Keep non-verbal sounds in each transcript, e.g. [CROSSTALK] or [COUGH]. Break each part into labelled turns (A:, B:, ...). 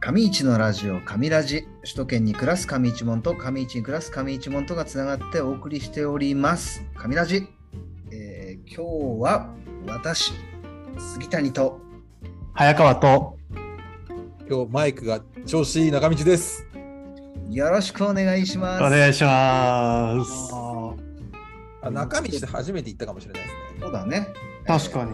A: 上市のラジオ上ラジ首都圏に暮らす上市門と上市に暮らす上市門とがつながってお送りしております上ラジ、えー今日は私杉谷と
B: 早川と
C: 今日マイクが調子いい中道です。
A: よろしくお願いしま
B: お
A: す
B: 願いします。
C: あ中道で初めて行ったかもしれないですね。
A: そうだね
B: 確かに。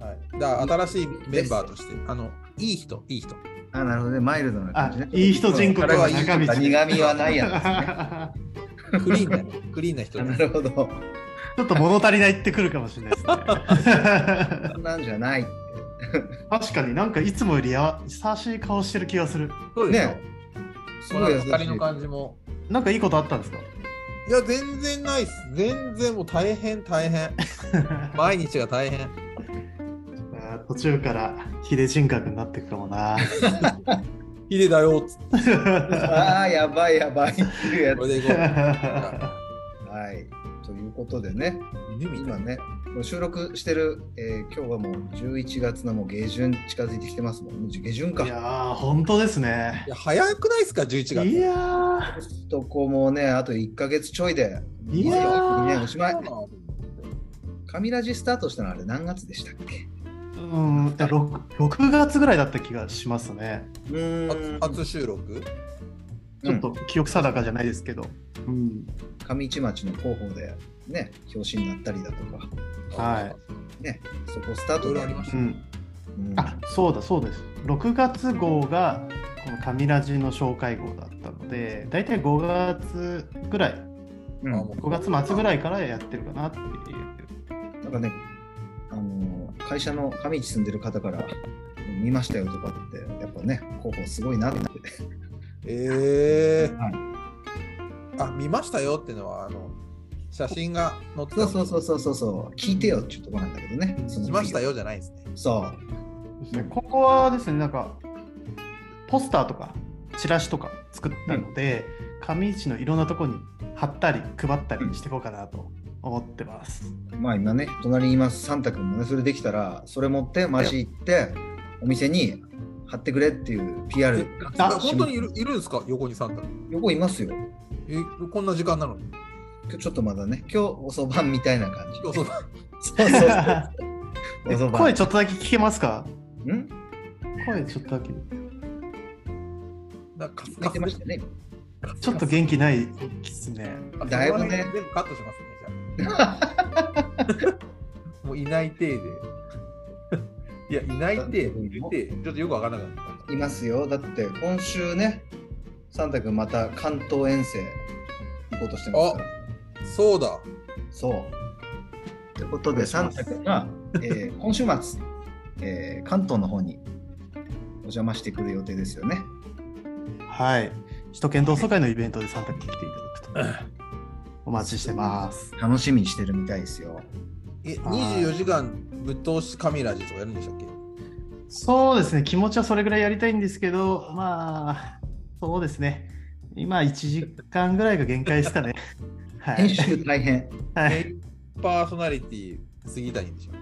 C: はい。だから新しいメンバーとして、あの、いい人、いい人。
A: えーあなるほどねマイルドな感
B: あ
A: じね、
B: いい人人格は中道。
A: 苦味はないや
C: クリーンな、クリーンな人
A: つ、ね、な [LAUGHS]
C: です。
A: るほど
B: [LAUGHS] ちょっと物足りないってくるかもしれないです
A: そ
B: [LAUGHS] ね。
A: んなんじゃない
B: 確かになんかいつもよりや優しい顔してる気がする。
C: そうですよ
A: ね。す
C: こ
A: ご
C: の
A: い優しい
C: 二人の感じも。
B: なんかいいことあったんですか
C: いや、全然ないっす。全然もう大変、大変。毎日が大変。
B: あー途中からヒデ人格になっていくかも [LAUGHS] な。
C: ヒデだよっつって。
A: ああやばいやばいっていうやつ
C: これでいこ
B: [LAUGHS]
A: はいということでね
C: う。犬みた
A: 今
C: い。
A: ね、もう収録してる、えー今日はもう11月のもう下旬近づいてきてますもん、もう下旬
B: い
A: か。
B: やー、本当ですね
C: い。や、早くないっすか、11
B: い
C: 月。
B: やー、
A: とこもね、あと1か月ちょいで、
B: いやー
A: もうねおしまい。
C: い
A: 神ラジスタートしたのあれ何月でしたっけ
B: うん、いや 6, 6月ぐらいだった気がしますね。
A: うーん
C: 初初収録
B: ちょっと記憶定かじゃないですけど。うん、
A: 上市町の広報でね、表紙になったりだとか、
B: はい
A: そこスター
C: いろ
A: ト
C: い
A: で
C: ろありまし
B: う
C: た。
B: ん
A: うん
B: あそうだそうです6月号がこの「神ラジ」の紹介号だったので大体5月ぐらい
A: うん
C: あも
B: 5月末ぐらいからやってるかなっていう
A: なんかね、あのー会社の上市住んでる方から、見ましたよとかって、やっぱね、広報すごいなって。
C: ええ
A: はい
C: あ、見ましたよっていうのは、あの、写真が載ってた
A: そうそうそうそうそうそう、聞いてよっていうとこなんだけどね。その
C: しましたよじゃないんですね。
A: そう。
B: ですねここはですねなんかポスターとかチラシとか作ったので、上市のいろんなとこに貼ったり配ったりしていこうかなと思ってます、
A: まあ今ね、隣にいますサンタ君もね、それできたら、それ持って街行って、お店に貼ってくれっていう PR。
B: あ
C: あ本当にいるいるんですか横にサンタ。
A: 横いますよ。
C: えこんな時間なのに。
A: 今日ちょっとまだね、今日遅番みたいな感じ。
C: そうそう
A: そうそう [LAUGHS] そう。
B: [LAUGHS] え
A: 遅番
B: 声ちょっとだけ聞けますか
A: ん
B: 声ちょっとだけ
A: [LAUGHS]
C: なんかカス
A: 聞い
C: カ
A: て
C: ス
A: ましたね。
B: ちょっと元気ないですね
C: あ
A: だいぶね
C: そこら [LAUGHS] 辺全部カットしますね、じゃあ。もういない体で。 [LAUGHS] いや、いない体、いる体、ちょっとよくわからなかっ
A: いますよ。だって今週ね、サンタ君また関東遠征行こうとしてますから。
C: た。そうだ。
A: そう。ということで、サンタ君が、えー今週末、えー関東の方にお邪魔してくる予定ですよね。
B: はい。首都圏同窓会のイベントでサンタに来ていただくと。お待ちしてます。
A: 楽しみにしてるみたいですよ。
C: え、24時間ぶっ通しカミラジとかやるんでしたっけ
B: そうですね、気持ちはそれぐらいやりたいんですけど、まあ、そうですね。今、1時間ぐらいが限界です
C: [LAUGHS]
B: かね。は
A: 編
B: い。
A: 集大変。
B: はい。
C: パーソナリティ杉谷でしょ。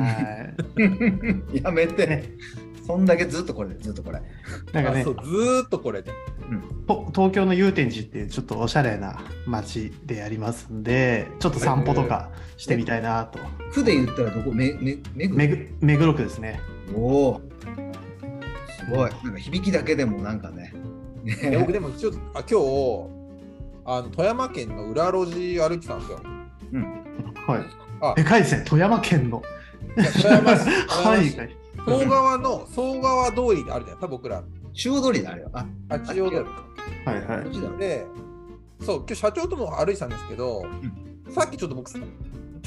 B: はい
A: やめて
B: ね。
A: そんだけずっとこれ、ずっとこれ。
B: なんか
C: あ
B: ね
C: そ、うずーっとこれで。
B: と東京の祐天寺っていうちょっとおしゃれな街でやりますんで、ちょっと散歩とかしてみたいなと。
A: 区で言ったらどこめ、め、めぐ
B: 目黒目黒区ですね。
A: おお。すごい。なんか響きだけでもなんかね。
C: え
A: ね
C: 僕でもちょっとあ今日あの富山県の裏路地歩いてたんですよ。
A: うん。
B: は
C: あ
B: い。でかいですね、富山県の。
C: いや富山市
B: は
C: 富
B: い。
C: 山市総川の総川通りってあるじゃん。多分僕ら
A: 中央通りだ、あれは。あ、
C: 八王通
B: はいはい
A: こっ。ちだ
C: り。で、そう今日社長とも歩いてたんですけど、さっきちょっと僕ちょ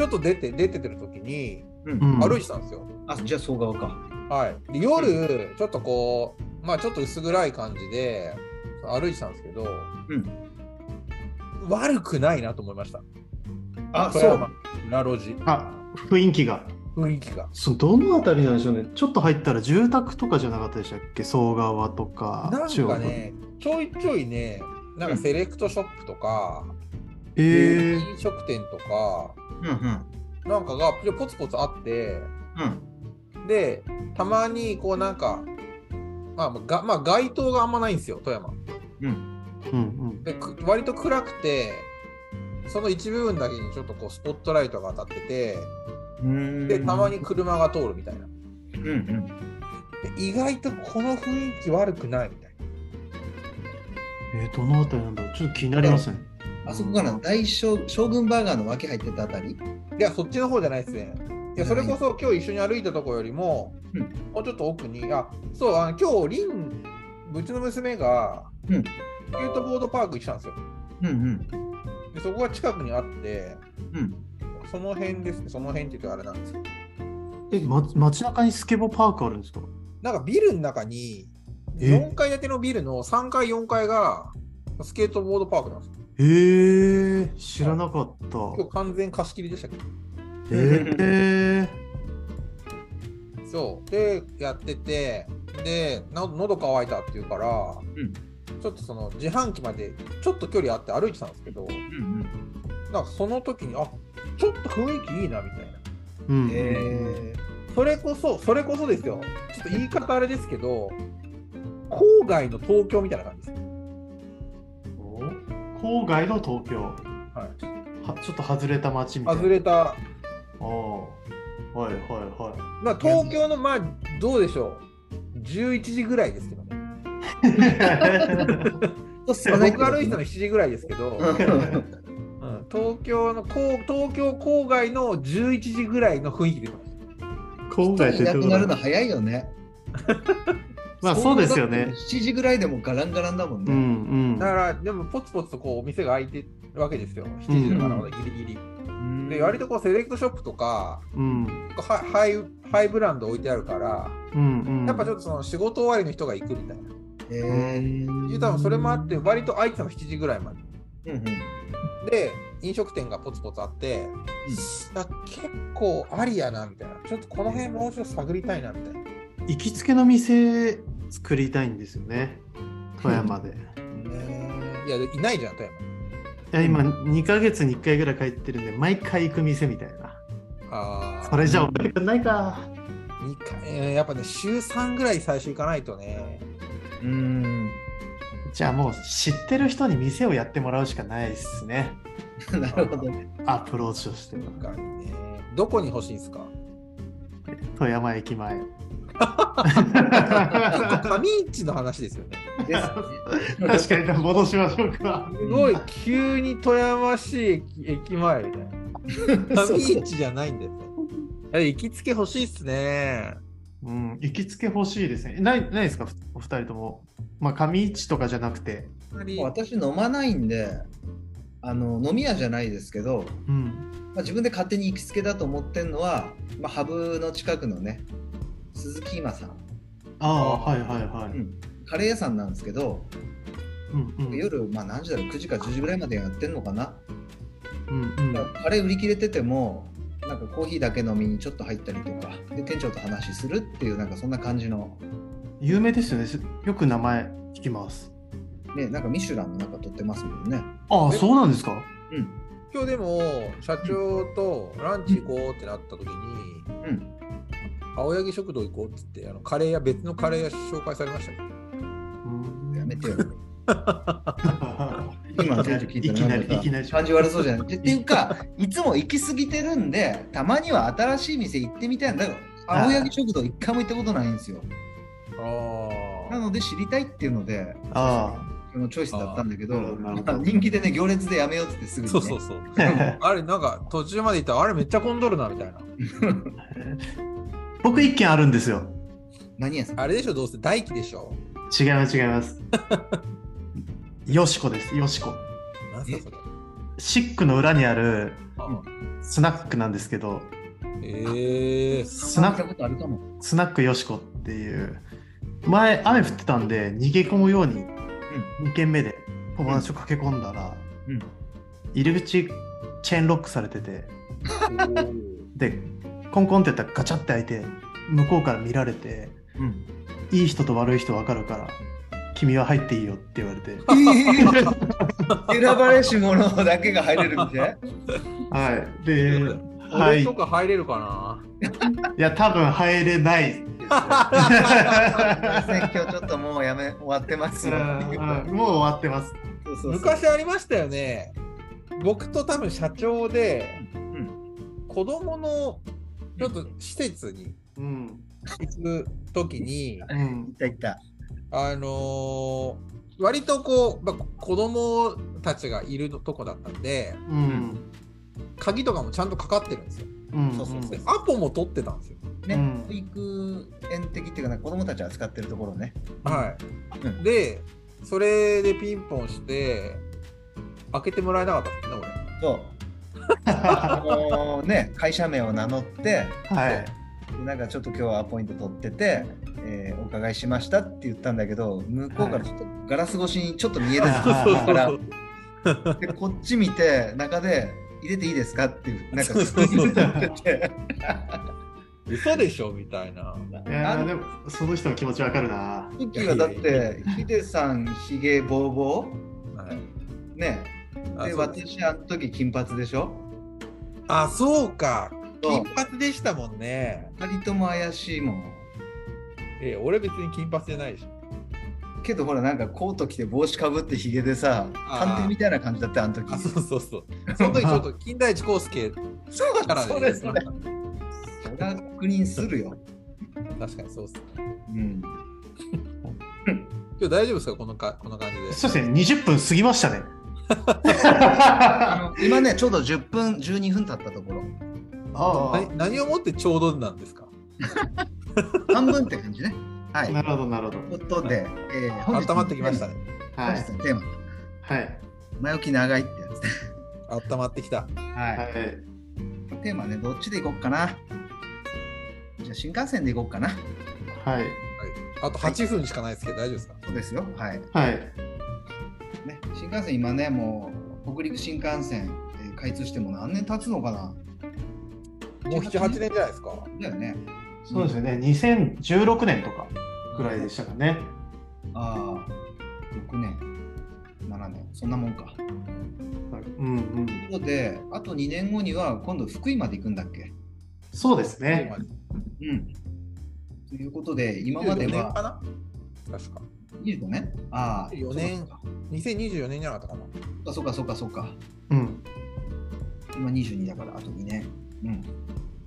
C: っと出て出ててる時に
A: うん。
B: うん
C: 歩いてたんですよ。
A: あ、じゃあ、総川か。
C: はい。で夜ちょっとこうまあちょっと薄暗い感じで歩いてたんですけど、悪くないなと思いました。
A: あ、そ
C: 富
A: う
C: 山。裏路地
B: あ雰囲気が
C: 雰囲気が。
B: そのどのあたりなんでしょうねちょっと入ったら住宅とかじゃなかったでしたっけ総川とか
C: なん
B: 中
C: か
B: 央
C: ね、ちょいちょいね、なんかセレクトショップとか、
B: ええ
C: 飲食店とか、
A: うんうん。
C: なんかがポツポツあって、
A: うん。
C: で、たまにこうなんか、あまあがまあ、街灯があんまないんですよ、富山。
A: うん。
B: うん
C: でく割と暗くて、その一部分だけにちょっとこうスポットライトが当たってて、
A: うん
C: でたまに車が通るみたいな。
A: うんうん。
C: で意外とこの雰囲気悪くないみたい
B: うん。えー、どのあたりなんだろうちょっと気になりますね。
A: あそこかな大将将軍バーガーの脇入ってたあたり
C: な。いや、そっちの方じゃないですね。いや、それこそ今日一緒に歩いたとこよりも、
A: うん
C: もうちょっと奥に、あそう、あの今日、リン、うちの娘が、
A: うん
C: スケートボードパーク行ってたんですよ。
A: うんうん。
C: でそこが近くにあって、
A: うん。
C: その辺ですね、その辺って言うとあれなんですけど、
B: え、ま、街中にスケボーパークあるんですか
C: なんかビルの中に、
B: え
C: 4階建てのビルの3階、4階がスケートボードパークなんですよ。
B: えー、知らなかった。
C: 今日完全貸し切りでしたけど。
B: えー、
C: そう。で、やってて、で、な喉乾いたっていうから、
A: ん
C: ちょっとその自販機までちょっと距離あって歩いてたんですけど、
A: うん
C: なんかその時に、あちょっと雰囲気いいなみたいな。
B: うん、
A: え
C: それこそ、それこそですよ。ちょっと言い方あれですけど、郊外の東京みたいな感じです。
B: お郊外の東京。
C: はい
B: はちょっと外れた街みたいな。
C: 外れた、
B: ああ。はいはいは
C: まあ、東京の、まあ、どうでしょう、11時ぐらいですけどね。
B: い。
A: ー。す
C: まあ
A: まない
C: 僕が歩いてたの7時ぐらいですけど、うん東京の郊東京郊外の11時ぐらいの雰囲気で
B: [LAUGHS] 郊外っ
A: い
B: て
A: な
B: ど
A: く
B: こ
A: な
B: だ
A: るの早いよね。
B: まあそうですよね。
A: 7時ぐらいでもガランガランだもん
B: う
A: ね。
B: んうん。
C: だから、でもポツポツとこうお店が開いてるわけですよ、7時だからまだギリギリ。
A: うん
C: で、割とこうセレクトショップとか、
B: うん
C: ハハイハイブランド置いてあるから、
B: うんうん。
C: やっぱちょっ
B: と。
C: とその仕事終わりの人が行くみたいな。
A: えー
C: 多分それもあって、割と開いてたの7時ぐらいまで。
A: うん
C: で、飲食店がポツポツあって、あ結構ありやなみたいな、ちょっとこの辺もうちょっと探りたいなみたいな。
B: 行きつけの店作りたいんですよね。富山で。い
A: うんえ
C: いや、いないじゃん、富山。
B: や今2ヶ月に1回ぐらい帰ってるんで、毎回行く店みたいな。
C: あ
B: それじゃお金くんないか。
C: 二回、えーやっぱね、週3ぐらい最初行かないとね。
A: ー
B: [LAUGHS]
A: うん。
B: じゃあもう知ってる人に店をやってもらうしかないっすね。
A: なるほど [LAUGHS] ね。
B: アプローチとしては。
C: 確かにね。どこに欲しいんですか
B: 富山駅 [LAUGHS] 前。
C: ちょっと上市の話ですよね。
A: ですね。
B: 確かに戻しましょうか。
C: すごい、急に富山市駅駅前みたいな。上市じゃないんだよね。あれ行きつけ欲しいっすね。
B: うん、行きつけ欲しいですね。ないないですか、ふお二人とも。まあ、上市とかじゃなくて。
A: 私飲まないんで、あの飲み屋じゃないですけど、
B: うん。
A: まあ、自分で勝手に行きつけだと思ってんのは、まあ、ハブの近くのね鈴木今さん、
B: ああ、はいはいは
A: う
B: い。
A: ん、カレー屋さんなんですけど
B: うんうん。
A: 夜、まあ、何時だろう9時か10時ぐらいまでやってんのかな、
B: うん
A: だからカレー売り切れててもなんかコーヒーだけ飲みにちょっと入ったりとかで店長と話するっていうなんかそんな感じの、
B: 有名ですよね。すよく名前聞きます。
A: ね、なんかミシュランのなんか撮ってますもんね
B: ああ、
C: え
B: そうなんですか。
A: うん
C: 今日でも、社長とランチ行こうってなった時に、
A: うん
C: 青柳食堂行こうって言って、あのカレー屋、別のカレー屋紹介されましたけど。
B: うん
A: やめてよ
B: い
A: 今店長聞いた
B: きな
A: な
B: り、
A: ん
B: い
A: か
B: きなり。
A: 感じ悪そうじゃないっていうかいつも行き過ぎてるんでたまには新しい店行ってみたいんだよ青柳食堂一回も行ったことないんですよ
C: あ
A: なので知りたいっていうので、
B: [LAUGHS] あ
A: そのチョイスだったんだけど、
B: あーなるほど
A: まあ人気でね、行列でやめようって言ってすぐに、
C: そ
A: ね。
C: うそうそう。
B: [LAUGHS] あ。
C: あれ、なんか途中まで行ったら、あれめっちゃ混んどるなみたいな。
B: 僕一軒あるんですよ。
A: 何屋さん
C: あれでしょ、どうせ大輝でしょ。
B: 違います違います。よしこです。よしこ。
C: なんすかそれ。
B: シックの裏にある
C: あ
B: スナックなんですけど、
C: ええ
B: スナ
A: 見た
B: ッ
A: こ
B: ク
A: とあるかも。
B: スナックよしこっていう前雨降ってたんで逃げ込むように2軒目で友達を駆け込んだら、
A: うん
B: 入り口チェーンロックされててでコンコンってやったらガチャって開いて向こうから見られて
A: うん。
B: いい人と悪い人分かるから君は入っていいよって言われて
A: えー選ばれし者だけが入れる店
B: [LAUGHS] はいで、
C: うん
B: はい、
C: 俺とか入れるかな。
B: いや多分入れない
A: ですよ。選挙ちょっともうやめ終わってます
B: う
A: よ。
B: んうんもう終わってます。
A: そうそうそう
C: 昔ありましたよね。僕と多分社長で、
A: ん
C: 子供のちょっと施設に
B: うん。
C: 行く時に、
B: うん
A: い。たいた。
C: あのー割とこう、まあ、子供たちがいるとこだったんで、
B: うん。
C: 鍵とかもちゃんとかかってるんですよ。
B: うん。
A: そうそうそ
B: [LAUGHS]
C: でアポも取ってたんですよ。
A: ね、
B: うん
A: 保育園的っていうかな、子供たち扱ってるところね。
C: はい。
A: うん
C: で、それでピンポンして、開けてもらえなかったんですね、俺。
A: そう。あのね、会社名を名乗って、
B: はい。
A: なんかちょっと今日はアポイント取ってて、えーお伺いしましたって言ったんだけど、向こうからちょっとガラス越しにちょっと見えるんですよ
B: そうそうそう
A: だからでこっち見て、中で入れていいですかっていう、なんか
C: そうそうそう
A: て。
C: 嘘でしょみたいな。
B: いや
A: あ
B: ー
A: の
B: でもその人の気持ちわかるな。
A: 時はだって、ヒデさん、ひげぼうぼ
C: はい、
A: う、ね、
C: あ
A: で、
C: そうです
A: 私、あの時金髪でしょ。
C: あ、そうか。
A: そう
C: 金髪でしたもんね。
A: 二人とも怪しいもん。
C: え俺別に金髪じゃないでしょ。
A: けどほらなんかコート着て帽子かぶってひげでさ
C: あー
A: 探偵みたいな感じだったよあの時
C: あ、そうそうそう。その時ちょっと金田一耕助キ
A: そう
C: ャラで。
A: そうですねそれは確認するよ
C: 確かにそうっすね。
A: うん
C: 今日大丈夫ですかこのかこんな感じで。
B: そうですね。20分過ぎま [LAUGHS] したね。
A: あの今ねちょうど10分12分経ったところ
B: あ
C: な何をもってちょうどなんですか
A: 半分って感じねは
B: あ、
A: い
B: なるほど、なるほ
A: ということで、えー、
C: 温
A: の
C: まってきましたね。
B: ど。は
A: 本
B: い。
A: 日のテーマ
B: はい。
A: 前置き長いってやつで
C: 温まってきた。
A: はい、
B: はい。
A: テーマねどっちでいこうかなじゃあ新幹線でいこうかな
B: はい。
C: あと8分しかないですけど大丈夫ですか
A: そうですよはい
B: はい。
A: ね新幹線今ねもう北陸新幹線、えー開通しても何年経つのかな
C: もう7、8年じゃないですか。
A: だよね
B: そうですよね。2016年とかぐらいでしたかね。
A: ああ、6年、7年、そんなもんか。
B: うんうん。
A: ということで、あと2年後には今度福井まで行くんだっけ
B: そうですね。
A: うん。ということで、今まで
C: 24年
A: は
C: かな確か。
A: 25年ああ、
C: 24年2024年じゃなかったかな
A: そうかそうかそうかそうか。
B: うん。
A: 今22だから、あと2年。うん。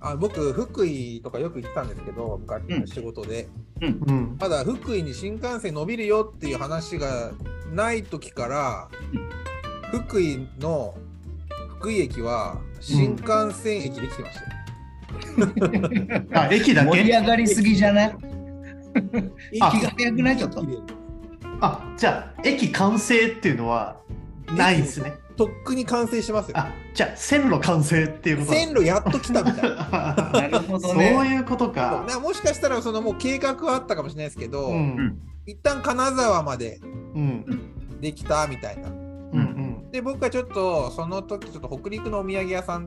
C: あ僕、福井とかよく行ってたんですけど、昔
A: うん
C: 仕事で、
B: うん。
C: まだ福井に新幹線伸びるよっていう話がない時から、福井の福井駅は新幹線駅できてましたよ。
B: あ、駅だ
A: 盛り
B: け
A: 上がりすぎじゃない
C: 駅
B: あ
A: 気が早くないちょっと。
B: あ、じゃあ、駅完成っていうのはないんですね。
C: とっくに完成してますよ。
B: あ、じゃあ、線路完成っていうこと
C: 線路やっと来たみた
B: [LAUGHS]
C: いな。
A: な
B: な。
A: るほど
B: そう
A: ね。
B: いうことか。
C: なもしかしたらそのもう計画はあったかもしれないですけど、
B: うん。
C: 一旦金沢まで
B: うん。
C: できたみたいな。
B: うんうん。
C: で僕はちょっとその時ちょっと北陸のお土産屋さん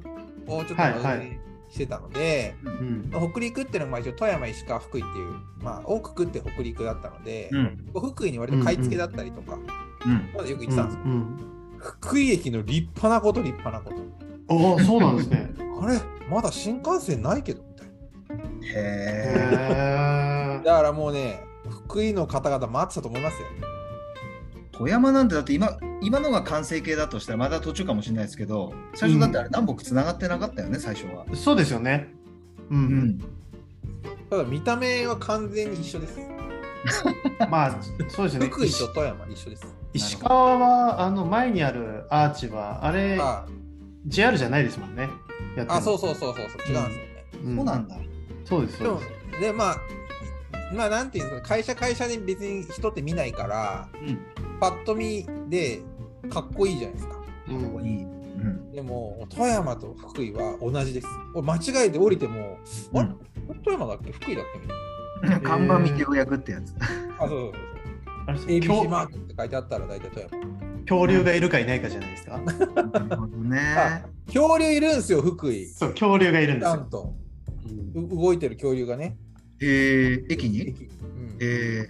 C: をちょっと
B: はいはい
C: してたので、
B: うん。
C: 北陸っていうのが一応富山石川福井っていう、まあ、多く食って北陸だったので、
A: ん。
C: 福井に割と買い付けだったりとか、
A: うん。
C: まだよく
B: う
C: 行って
B: ん
C: たんですよ、
B: うん。
C: 福井駅の立派なこと立派なこと
B: おお、そうなんですね。
C: あれまだ新幹線ないけどみたい
A: へえ。
B: へえ。
C: なだからもうね福井の方々待ってたと思いますよ
A: 富山なんてだって今今のが完成形だとしたらまだ途中かもしれないですけど最初だってあれ南北つながってなかったよね最初は。
B: そうですよね。う。
A: うん
C: ただ見た目は完全に一緒です
B: まあ、そうですよね。
C: 福井と富山一緒です
B: 石川は、あの、前にあるアーチは、あれ、
C: あ
B: JR じゃないですもんね。やってるの
C: あそうそうそうそうそう違うんですよね、
B: うん
A: そうなんだ。
B: そうです、
C: で
B: そう
C: も
B: です。
C: でまあまあなんていうんですか会社会社で別に人って見ないから
A: うん。
C: パッと見でかっこいいじゃないですか
B: う
A: ここ
B: ん
A: に、うん、
C: でも富山と福井は同じです俺間違えて降りても、あれ富山だっけ福井だっけみたい
A: 看板見て予約ってやつ。
C: なあそうそうそう
B: あれです
C: そう ABC マー
B: 恐
C: クって書いてあったら大体富山
B: 恐竜がいるかいないかじゃないです
C: [LAUGHS]
B: か。
A: なるほどね。
C: 恐竜いるんですよ福井
B: そう、恐竜がいるん
C: ち
B: です
C: ゃ
B: よ
C: ん。とう動いてる恐竜がね
A: えー、駅に
C: 駅に、うん
A: え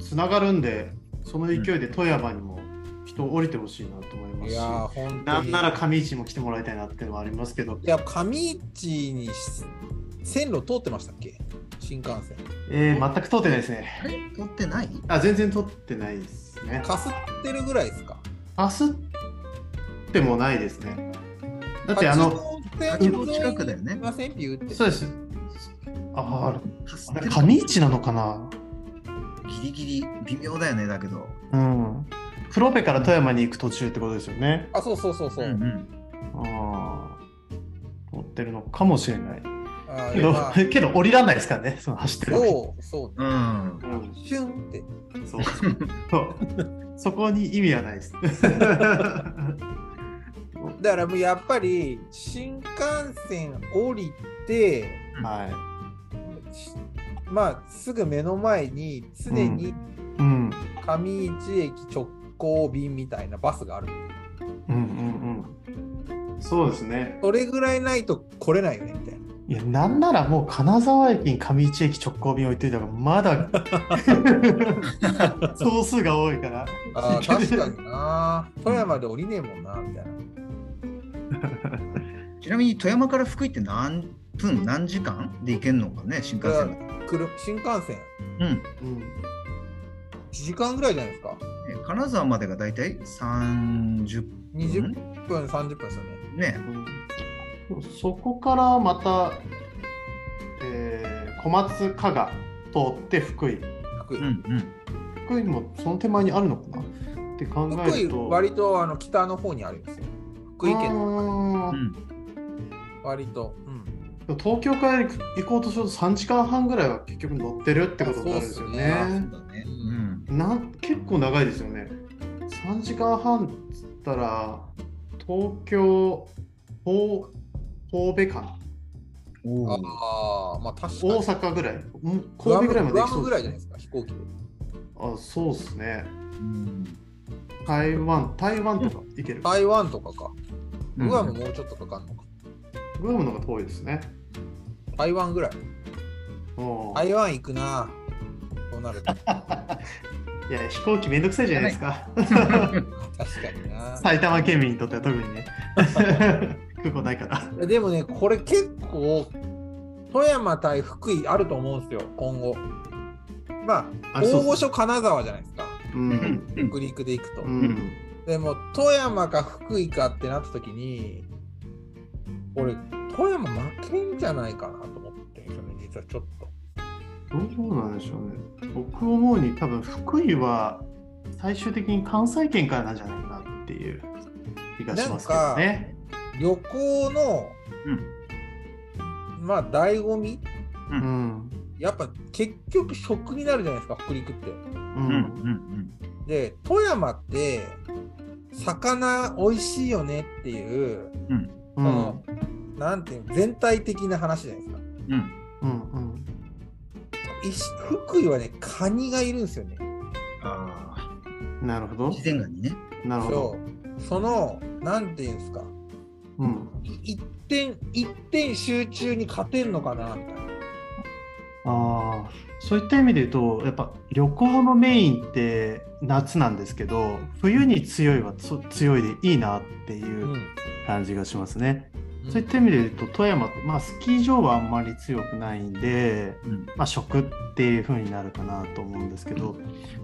B: つながるんで、その勢いで富山にも人降りてほしいなと思います
C: い
B: し
C: や、ーほん
B: な
C: と
B: ん
C: に
B: なら上市も来てもらいたいなっていうのはありますけど、
C: いや上市にし線路通ってましたっけ新幹線。
B: えー、全く通ってないですね。
A: あれ通ってない
B: あ、全然通ってないですね。
C: かすってるぐらいですか。
B: かすってもないですね。だってあの、
C: 八
A: 八王子近くだよね
C: ません、ピューって。
B: そうです。あー
A: かす
B: あ
A: って
B: れ、
A: る
B: 上市なのかな
A: ギリギリ微妙だよねだけど
B: うん。黒部から富山に行く途中ってことですよね。
C: あ、そうそうそうそう。
A: ん
B: ああ。通ってるのかもしれない。
C: あ
B: けど、
C: まあ
B: [LAUGHS] けど降りらないですからね、その走ってる時
C: そう、そう。
A: うん、うん、
B: うん
C: シュンって。
B: そうそう [LAUGHS] そこに意味はないです。 [LAUGHS]
C: だからもうやっぱり新幹線降りて、
B: は
C: しまあすぐ目の前に常に
B: い。うん。
C: 上市駅直行便みたいなバスがある。
B: うんうんうん。そうですね。
C: それぐらいないと来れないよねみたいな。
B: いや、なんならもう金沢駅に上市駅直行便置いといた方がまだ総数が多いから。
C: あー確かにな。富山で降りねえもんなみたいな。
A: ちなみに富山から福井って何分何時間で行けるのかね新幹線だと
C: くる新幹線
A: うん、ね
B: うん。
C: 1時間ぐらいじゃないですか。
A: 金沢までが大体30
C: 20
A: 分
C: 分30分ですよね。
A: ね
B: うんそこからまた、えー小松加賀通って福井。
C: 福井。
A: うんうん
B: 福井もその手前にあるのかなって考
C: 福
B: え
C: 井
B: ると。
C: 割とあの北の方にあるんですよ。福井県の
B: あー
A: うん
C: 割と。うん
B: 東京から行こうとすると3時間半ぐらいは結局乗ってるってことになるんですよ
A: あーそ
B: ね
A: う。だねうん
B: なん結構長いですよね。3時間半っつったら東京神神戸間
A: おー
C: ああ、まあ確かに。
B: 大阪ぐらいうん
C: グ
B: 神戸
C: アム
B: ぐらいまで
C: グ
B: 行
C: ア
B: きそ
C: ム
B: う
C: ぐ
B: で
C: らい
B: す
C: じゃな
B: ね
C: いですか、飛行機で。
B: あそうですね。
A: うん
B: 台湾台湾とか行ける。
C: 台湾とかか。
A: うん
C: グアムもうちょっとかかんのか。
B: グアムの方が遠いですね。
C: 台湾ぐらい。
B: うん
C: 台湾行くな。そうな
B: [LAUGHS]
C: ると。
B: いや飛行機めんどくさいじゃないですか。
C: 確かにな。
B: 埼玉県民にとっては特に
C: [LAUGHS]
B: ね [LAUGHS] 空港ないから。
C: でもね、これ結構、富山対福井あると思うんですよ、今後。まあ、
B: ありそうっすね
C: 大御所金沢じゃないですか、
B: うん
A: うん
C: 北陸で行くと。
B: うん
C: でも、富山か福井かってなった時に、俺、富山負けんじゃないかなと思ってるんですよね、実はちょっと。
B: どうなんでしょうね。僕思うに多分福井は最終的に関西圏からなんじゃないかなっていう気がしますけどね。
C: 旅行の、まあ醍醐味
B: う
A: なんか
B: ん。
C: やっぱ結局食になるじゃないですか北陸っ
A: [LAUGHS]
B: う
C: て。
A: うんうん
B: ん。
C: で富山って魚美味しいよねっていう、
B: う
C: そ
B: ん
C: の。なんていうの全体的な話じゃないですか。
A: うんうん
B: うん。うん。
C: 石福井はねカニがいるんですよね。
A: あ
B: なるほ
A: あ
B: ど
A: 自。然ガニね
B: なるほど
C: そ。うそのなんていうんですか
B: うん。
C: 一点一点集中に勝てんのかなみたい
B: あ
C: な。
B: あ。そういった意味で言うと、やっぱ旅行のメインって夏なんですけど、冬に強いはつ強いでいいなっていう感じがしますね。
C: うん
B: そういった意味で言うと、富山って、まあスキー場はあんまり強くないんで、
A: うん
B: まあ、食っていう風になるかなと思うんですけど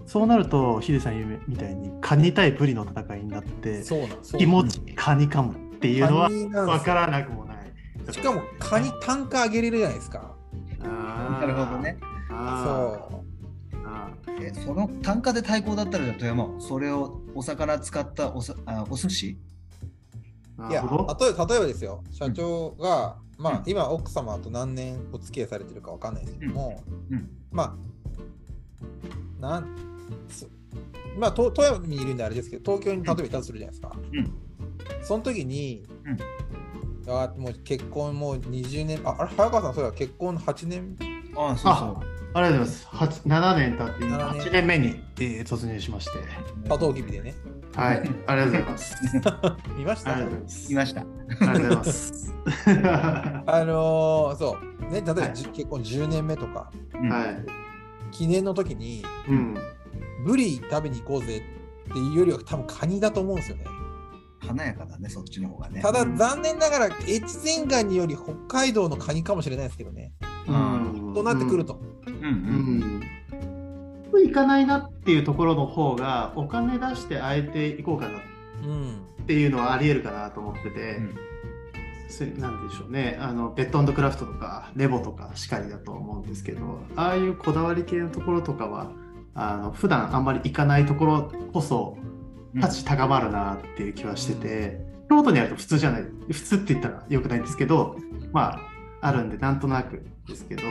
B: そうなるとヒデさん言うみたいにカニ対ブリの戦いになって
C: そうなんそう
B: 気持ちカニかもっていうのは
C: カニなんですよ
B: 分からなくもない。
C: しかもカニ単価上げれるじゃないですか。
B: な
A: なるほどね
B: あ
C: そう。
B: ーあ
A: えその単価で対抗だったらじゃあ富山はそれをお魚使ったおさあお寿司
B: ー
C: い
B: なる
C: や
B: ほど
C: 例えば例えばですよ社長が、ま
A: うん
C: あ今奥様と何年お付き合いされてるかわかんないですけども、
A: うんうん
C: まあなんそまあと富山にいるんであれですけど東京に例えばいたとするじゃないですか、その時に、あもう結婚もう20年ああれ早川さんそれは結婚8年
A: ああそう
B: あ
A: そ
B: ありがとうございますはち7年経って
C: 7年
B: 8年目に、えー突入しまして
A: う
C: 多頭気味でね
B: はいありがとうございます
A: [LAUGHS]
C: 見まし
B: あ
C: た
B: りがとうございます
A: いました
B: ありがとうございますは
C: あのーそうね例えば、
B: はい
C: じ結婚10年目とか
A: うん
C: 記念の時に
B: いうん
C: ブリ食べに行こうぜっていうよりは多分カニだと思うんですよね。
A: 華やかだねそっちの方がね
C: ただ
B: うん
C: 残念ながら越前ガニより北海道のカニかもしれないですけどね。
B: うんん
C: となってくると。
A: うん
B: うん行かないなっていうところの方がお金出してあえて行こうかな
C: うん。
B: っていうのはありえるかなと思ってて、それなんでしょうねあのベッドクラフトとかレボとかしかりだと思うんですけどああいうこだわり系のところとかはあの普段あんまり行かないところこそ価値高まるなっていう気はしてて、ロードにあると普通じゃない普通って言ったら良くないんですけどまああるんでなんとなくですけど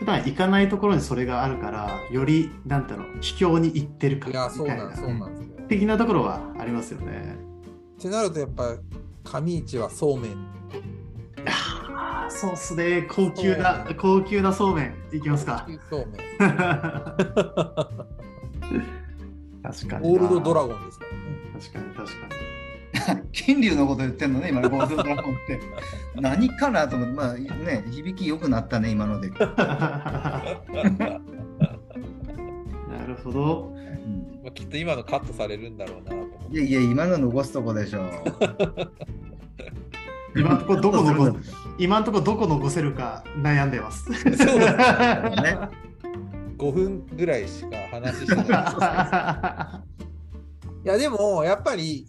B: 普段行かないところにそれがあるからよりなんだろう秘境に行ってるか
C: い
B: みた
C: や、
B: い
C: そうなん、そう
B: な
C: なんですよ。
B: 的なところはありますよね。
C: ってなると、やっぱ、上市はそうめん。
B: あそうっすね高級な高級なそうめんいきます
C: [LAUGHS]
B: か
C: そうめん。
B: 確かに
C: オールドドラ
B: ゴ
C: ゴンですからね。
B: ン確かに確か
A: 金龍のこと言ってんのね、今のゴールドドラゴンって。 [LAUGHS] 何かなと思って、まあね、響き良くなったね、今の
B: [LAUGHS]
A: で。
B: に [LAUGHS] なるほど
A: うん
C: まあ、きっと今のカットされるんだろうなと思って
A: いやいや、今の残すとこでしょ。
B: 今んとこ [LAUGHS] どこ残す今のところどこ残せるか悩んでます
C: そう
A: だ [LAUGHS] ね
C: 5分ぐらいしか話し
B: [LAUGHS]
C: てない。いや、でも、やっぱり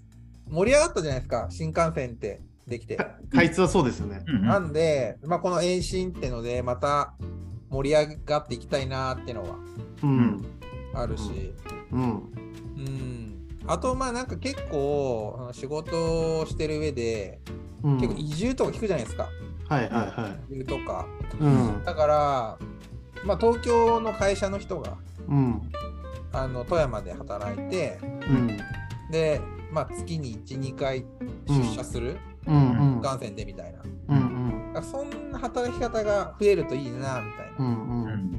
C: 盛り上がったじゃないですか、新幹線ってできて。
B: 開通はそうですよね
A: うん
C: なんで、まあ、この延伸ってので、また盛り上がっていきたいなーってのは
B: うん
C: あるし、
B: うん
C: うん。あと、まあ、なんか結構、あの仕事をしてる上で、
B: うん
C: 結構移住とか聞くじゃないですか、
B: はいはいは
C: 移住とか。
B: いうん
C: だから、まあ、東京の会社の人が、
B: うん
C: あの富山で働いて、
B: うん
C: で、まあ、月に1、2回出社する、
B: うんうん
C: 新幹線でみたいな。
B: うん
C: あそんな働き方が増えるといいなみたい
B: うんうん
A: う
B: うん
A: ん
C: な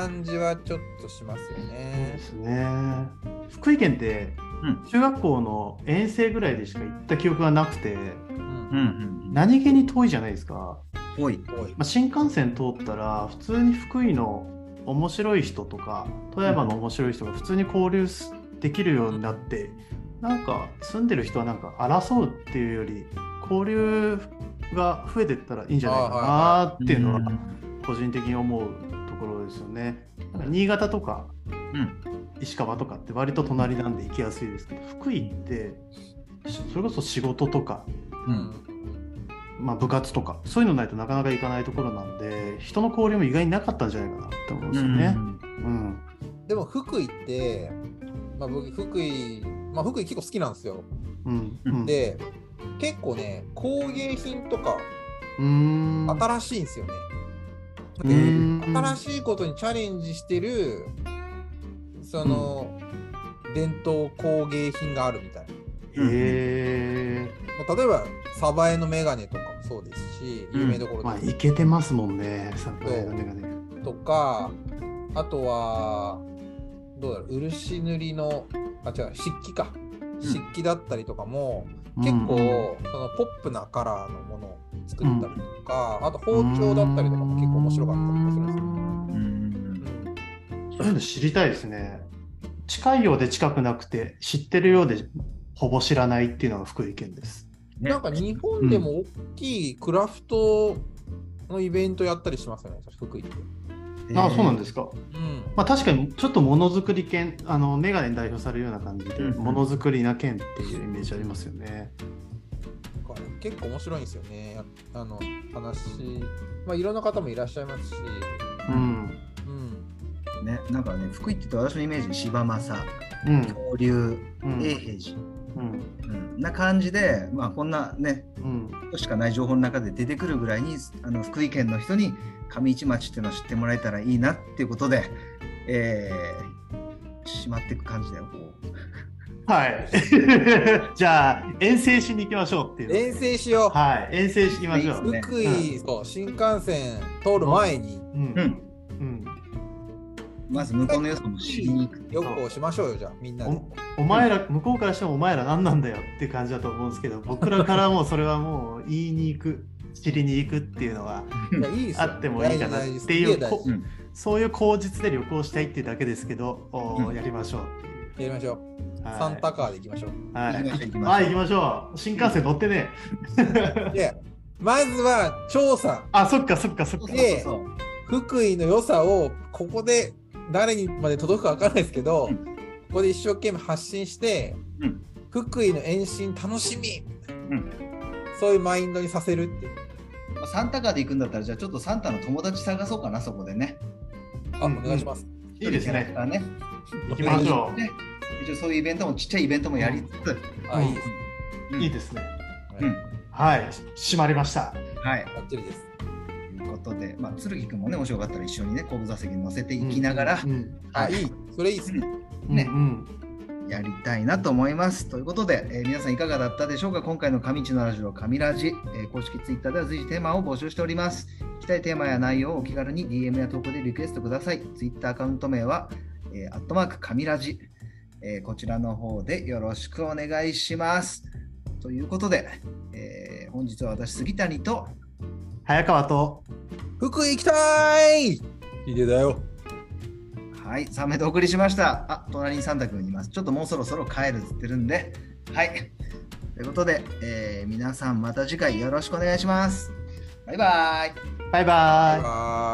C: 感じはちょっとしますよね
B: で。すね福井県って
A: うん
B: 中学校の遠征ぐらいでしか行った記憶がなくて
C: うん
A: うんうん
B: 何気に遠いじゃないですか、
A: ぽい。
C: 多い
B: まあ、新幹線通ったら普通に福井の面白い人とか富山の面白い人が普通に交流すできるようになってなんか住んでる人はなんか争うっていうより交流が増えてったらいいんじゃないかなーっていうのは個人的に思うところですよね。なんか新潟とか
A: うん
B: 石川とかって割と隣なんで行きやすいですけど福井ってしそれこそ仕事とか、
A: う
C: うんん
B: まあ、部活とかそういうのないとなかなか行かないところなんで人の交流も意外になかったんじゃないかなって思うんですよね。うん
C: でも福井って、まあ、僕福井、まあ、福井結構好きなんですよ。
B: うんうん、
C: で結構ね工芸品とか
B: うーん
C: 新しいんですよね。
B: うーん
C: 新しいことにチャレンジしてるその、伝統工芸品があるみたいな。
B: へー
C: まあ例えば鯖江のメガネとかもそうですし有名どころ
B: まあ
C: です
B: いけてますもんね桜井の眼鏡
C: とか、あとは、どうだろう、漆塗りの、あ、違う、漆器か。漆器だったりとかも、結構、そのポップなカラーのものを作ったりとか、あと包丁だったりとかも結構面白かったりとかするんですよ。
A: う
B: うん
A: ん
B: そういうの知りたいですね。近いようで近くなくて、知ってるようでほぼ知らないっていうのが福井県です。
A: ね
C: なんか日本でも大きいクラフトのイベントやったりしますよね、私福井って。
B: ああそうなん
A: す。
B: ですか。
C: うん。
B: まあ、確かにちょっとものづくり県、あのメガネに代表されるような感じで、
A: うん
B: ものづくりな県っていうイメージありますよね。
C: だから結構面白いんですよね、やあの話。まあ、いろんな方もいらっしゃいますし、
B: うん。
C: うん。
A: ね、なんかね、福井って言うと私のイメージ、柴正、
B: うん。
A: 恐竜、
B: うん。
A: 永平寺。
B: うん。
A: うんな感じで、まあ、こんなね、
B: うん。
A: しかない情報の中で出てくるぐらいにあの福井県の人に上市町っていうのを知ってもらえたらいいなっていうことで、えー、しまっていく感じだよこう
B: はい。 [LAUGHS] じゃあ、遠征しに行きましょうっていうので。
C: 遠征しよう。
B: はい。遠征しに行きましょう。
A: ね
C: 福井、そう新幹線通る前に
B: うん。うん。
A: まず向こうの良さも知りに行く
C: 旅行しましょうよじゃあみんなで。
B: お前ら、向こうからしてもお前ら何なんだよっていう感じだと思うんですけど、僕らからもそれはもう言いに行く、知りに行くっていうのは、
C: いやいいですよ
B: あってもいいかな
C: 大事
B: っていう
C: 大事
B: こ
C: すげえ
A: うん
B: そういう口実で旅行したいっていうだけですけど、お
A: うん
B: やりましょうって
C: 大事やりましょう。
B: いう。はい、
C: サンタカーで行きましょう。
B: はい。
A: 行きましょう行きましょう
B: はい、行きましょう。新幹線乗ってね。
C: でまずは調査
B: あ、そっかそっかそっか。
C: で
A: そう
C: 福井の良さをここで誰にまで届くか分からないですけど、
A: うん
C: ここで一生懸命発信して、
A: うん
C: 福井の延伸楽しみ、
A: うん
C: そういうマインドにさせるっていう
A: まあサンタカーで行くんだったら、じゃあちょっとサンタの友達探そうかな、そこでね。
C: あ、
B: うん
C: お願いします。
B: いいですね。
A: あね
B: 行きましょ
A: ね一応そういうイベントも、ちっちゃいイベントもやりつつ。
C: あ、いいです。
A: う
B: う。
A: ん
B: いいですね。
A: うん
B: はい。締まりました。
A: はい。
C: ばっちりです。
A: ということで、まあ、鶴木君もね、もしよかったら一緒にね、後部座席に乗せていきながら
B: う、ん。
C: あ、いい。それいいですね。
A: ね
B: うん
A: やりたいなと思います。ということで、えー皆さんいかがだったでしょうか今回の上市のラジオ、上ラジ、えー公式ツイッターでは随時テーマを募集しております。聞きたいテーマや内容をお気軽に DM や投稿でリクエストください。ツイッターアカウント名は、えーアットマーク上ラジ、えーこちらの方でよろしくお願いします。ということで、えー本日は私、杉谷と、
B: 早川と
C: 福井行きたいヒデだよ。
A: はい、3名でお送りしました。あ、隣にサンタ君います。ちょっともうそろそろ帰るって言ってるんで。はい。ということで、えー皆さんまた次回よろしくお願いします。バイバイ。
B: バイバイ。
C: はーい。